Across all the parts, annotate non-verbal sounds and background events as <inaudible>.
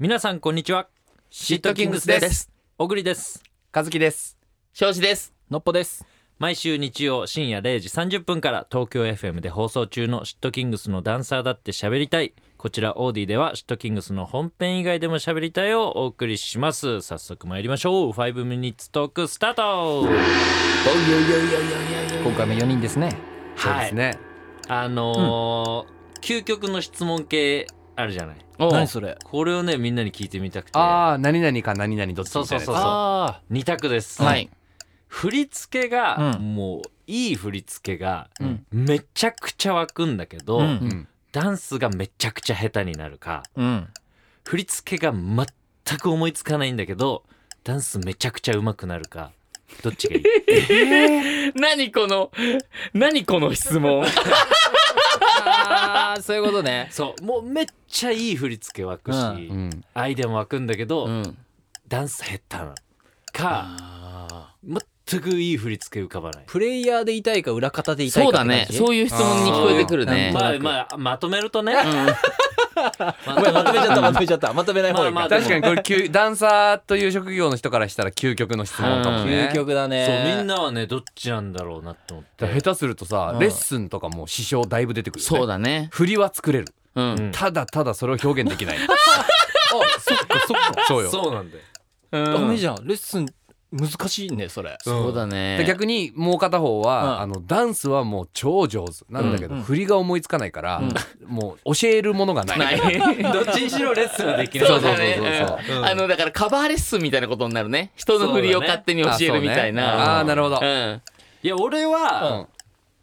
皆さんこんにちはシットキングスです。小栗です和樹です。少子です。のっぽです。毎週日曜深夜0時30分から東京 FM で放送中のシットキングスのダンサーだって喋りたいこちらオーディではシットキングスの本編以外でも喋りたいをお送りします早速参りましょう5ミニッツトークスタート今回も四人ですね。そうですね。あのー究極の質問系あるじゃない何それ。これをねみんなに聞いてみたくてああ、何々か何々どっちそうみたそそいうなうやそう二択です、はい。振り付けが、うもういい振り付けが、うんめちゃくちゃ湧くんだけど、うんつ。うんダンスがめちゃくちゃ下手になるかうん。振り付けが全く思いつかないんだけどダンスめちゃくちゃ上手くなるかどっちがいい何この、何この質問。ああ、そういうことね。そうもうめっちゃいい振り付け湧くし、うんうん。アイデアも湧くんだけど、ん。ダンス下手なか全くいい振り付け浮かばない。プレイヤーでいたいか裏方でいたいそかうだね。そういう質問に聞こえてくるね。まあまあまとめるとね、 <laughs> ごめんまとめちゃったまとめちゃったまとめない方がいいまあまかあ確かにこれ究ダンサーという職業の人からしたら究極の質問かもしれない。究極だねそうみんなはねどっちなんだろうなって思っだからて。下手するとさう、んレッスンとかも支障だいぶ出てくるよね。そうだね。振りは作れる。うん。ただただそれを表現で <laughs> きない。あ、そっかそっか。そうよ。そうなんだよ。ダメじゃんレッスン難しいねそれそうだね。で逆にもう片方うはんあのダンスはもう超上手なんだけどうん振りが思いつかないからもう教えるもの <laughs> がない。 <laughs> ない。どっちにしろレッスンはできない。そうだねそうそうそうううんんあのだからカバーレッスンみたいなことになるね人の振りを勝手に教えるみたいあなそうねあーなるほどう。んいや俺は、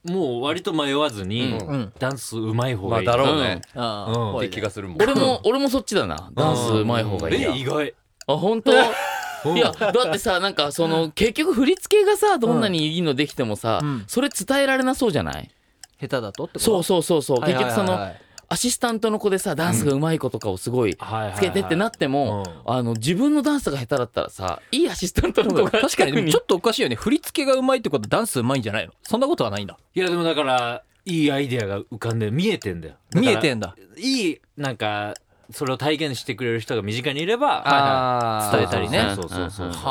もう割と迷わずに、うんうんダンスうまい方まがあいい。だろうね。あうんって気がするもん。俺も俺もそっちだなダンスうまい方がいいやえ意外。あ本当いやだってさなんかその結局振り付けがさどんなにいいのできてもさ、んそれ伝えられなそうじゃない下手だとってことそうそうそうそうはい結はいはい局そはのいアシスタントの子でさダンスが上手い子とかをすごいはいはいはいつけてってなっても、あの自分のダンスが下手だったらさいいアシスタントの子が確かにでもちょっっとおかしいよね振り付けがうまいってことダンスうまいんじゃないのそんなことはないんだいやでもだからいいアイデアが浮かんで見えてんだよ。見えてん。んだいいなんかそれを体現してくれる人が身近にいればあー伝えたりね。そうそうそうは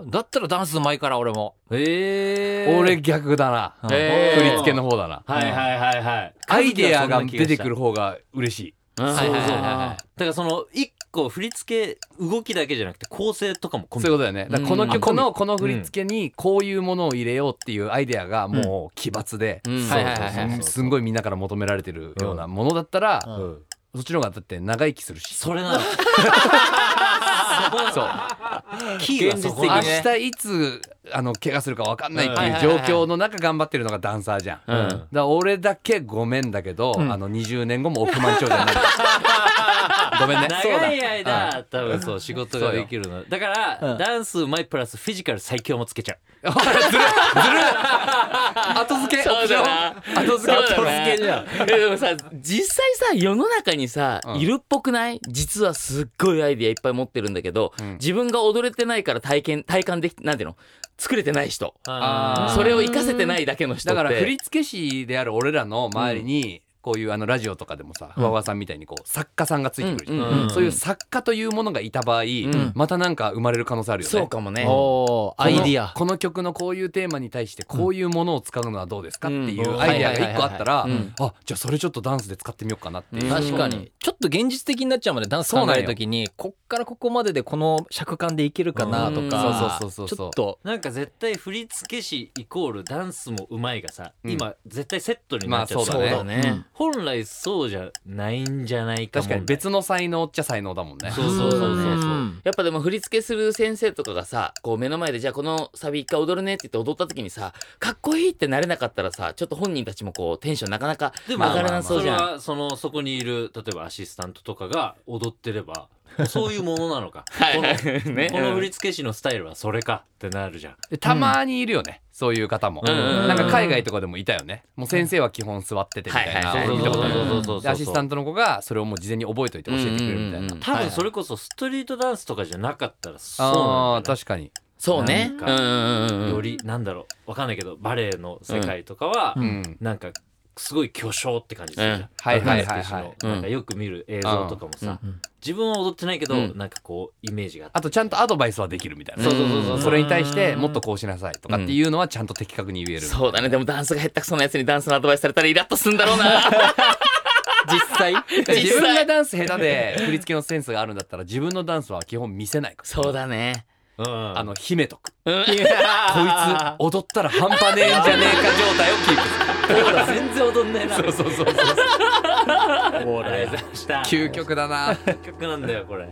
あだったらダンスうまいから俺もええ。俺逆だな。うんえ振ーり付けの方だな。はいはいはいはい。アイデアが出てくる方が嬉しい。うんそうそはいうはいはいだからその一個振り付け動きだけじゃなくて構成とかも込そうみいうことだよね。だからこうのん曲のこの振り付けにこういうものを入れようっていうアイデアがもう奇抜でう。んそうそうそううんすんごいみんなから求められてるようなものだったら、うんうんそっちの方がだって長生きするしそれなのそうキーはそこ明なの現実的ね日いつあの怪我するか分かんないってはいいうはい状はい況の中頑張ってるのがダンサーじゃん、うんだから俺だけごめんだけど、あの20年後も億万長者に <laughs> なるごめんね長い間多分そう仕事ができるのだからうんダンスうまいプラスフィジカル最強もつけちゃうそうだおいずるいずるい後付けそうだな後付けそうだ後な付けじゃんえでもさ実際さ世の中にさ、うんいるっぽくない実はすっごいアイディアいっぱい持ってるんだけど、うん自分が踊れてないから体験体感できなんていうの作れてない人あーそれを活かせてないだけの人ってだから振付師である俺らの周りにこういうあのラジオとかでもさふわわさんみたいにこう作家さんがついてくるじゃんうんうんうんそういう作家というものがいた場合んまたなんか生まれる可能性あるよねそうかもねおーアイディアこのこの曲のこういうテーマに対してこういうものを使うのはどうですかっていうんうアイデアが一個あったらはいはいはいはいあじゃあそれちょっとダンスで使ってみようかなっていううん確かにちょっと現実的になっちゃうまでダンス考えるときにこっからここまででこの尺感でいけるかなとかうんそうそうそうそうそうちょっとなんか絶対振付師イコールダンスもうまいがさうん今絶対セットにまなっあちゃそううだそうだねね、本来そうじゃないんじゃないか確かに別の才能っちゃ才能だもんねそうそうそうそうそううんやっぱでも振り付けする先生とかがさこう目の前でじゃあこのサビ一回踊るねって言って踊った時にさかっこいいってなれなかったらさちょっと本人たちもこうテンションなかなかで上も、がらなそうじゃん、それはそのそこにいる例えばアシスタントとかが踊ってればそういうものなのかはいはいこの,、ね <laughs> この振付師のスタイルはそれかってなるじゃんでたまにいるよねそういう方もうんなんか海外とかでもいたよねもう先生は基本座っててみたいなはいはいはい見たことあるそうそうそうそうでアシスタントントの子がそれをもう事前に覚えといて教えてくれるみたいな、うんうんうん多分それこそストリートダンスとかじゃなかったらそうあなんーだよ確かにそうなねうんんかうんうんうんねよりなんだろうわかんないけどバレエの世界とかは、うんなんかすごい巨匠って感じするじゃんはいはい若はい林は武い史のなんかよく見る映像とかもさ、うんうん自分は踊ってないけど、うんなんかこうイメージがあってあとちゃんとアドバイスはできるみたいなそうそうそうそうそれに対してもっとこうしなさいとかっていうのはちゃんと的確に言えるそうだねでもダンスが下手くそなやつにダンスのアドバイスされたらイラッとすんだろうな実際際 <laughs> 自分がダンス下手で振り付けのセンスがあるんだったら自分のダンスは基本見せないからそうだねうんあの秘めとくうんこいつ踊ったら半端ねえんじゃねえか状態をキープするほら全然踊んないなそう <laughs> そうそうそうほありがとうございました究極だな究極なんだよこれ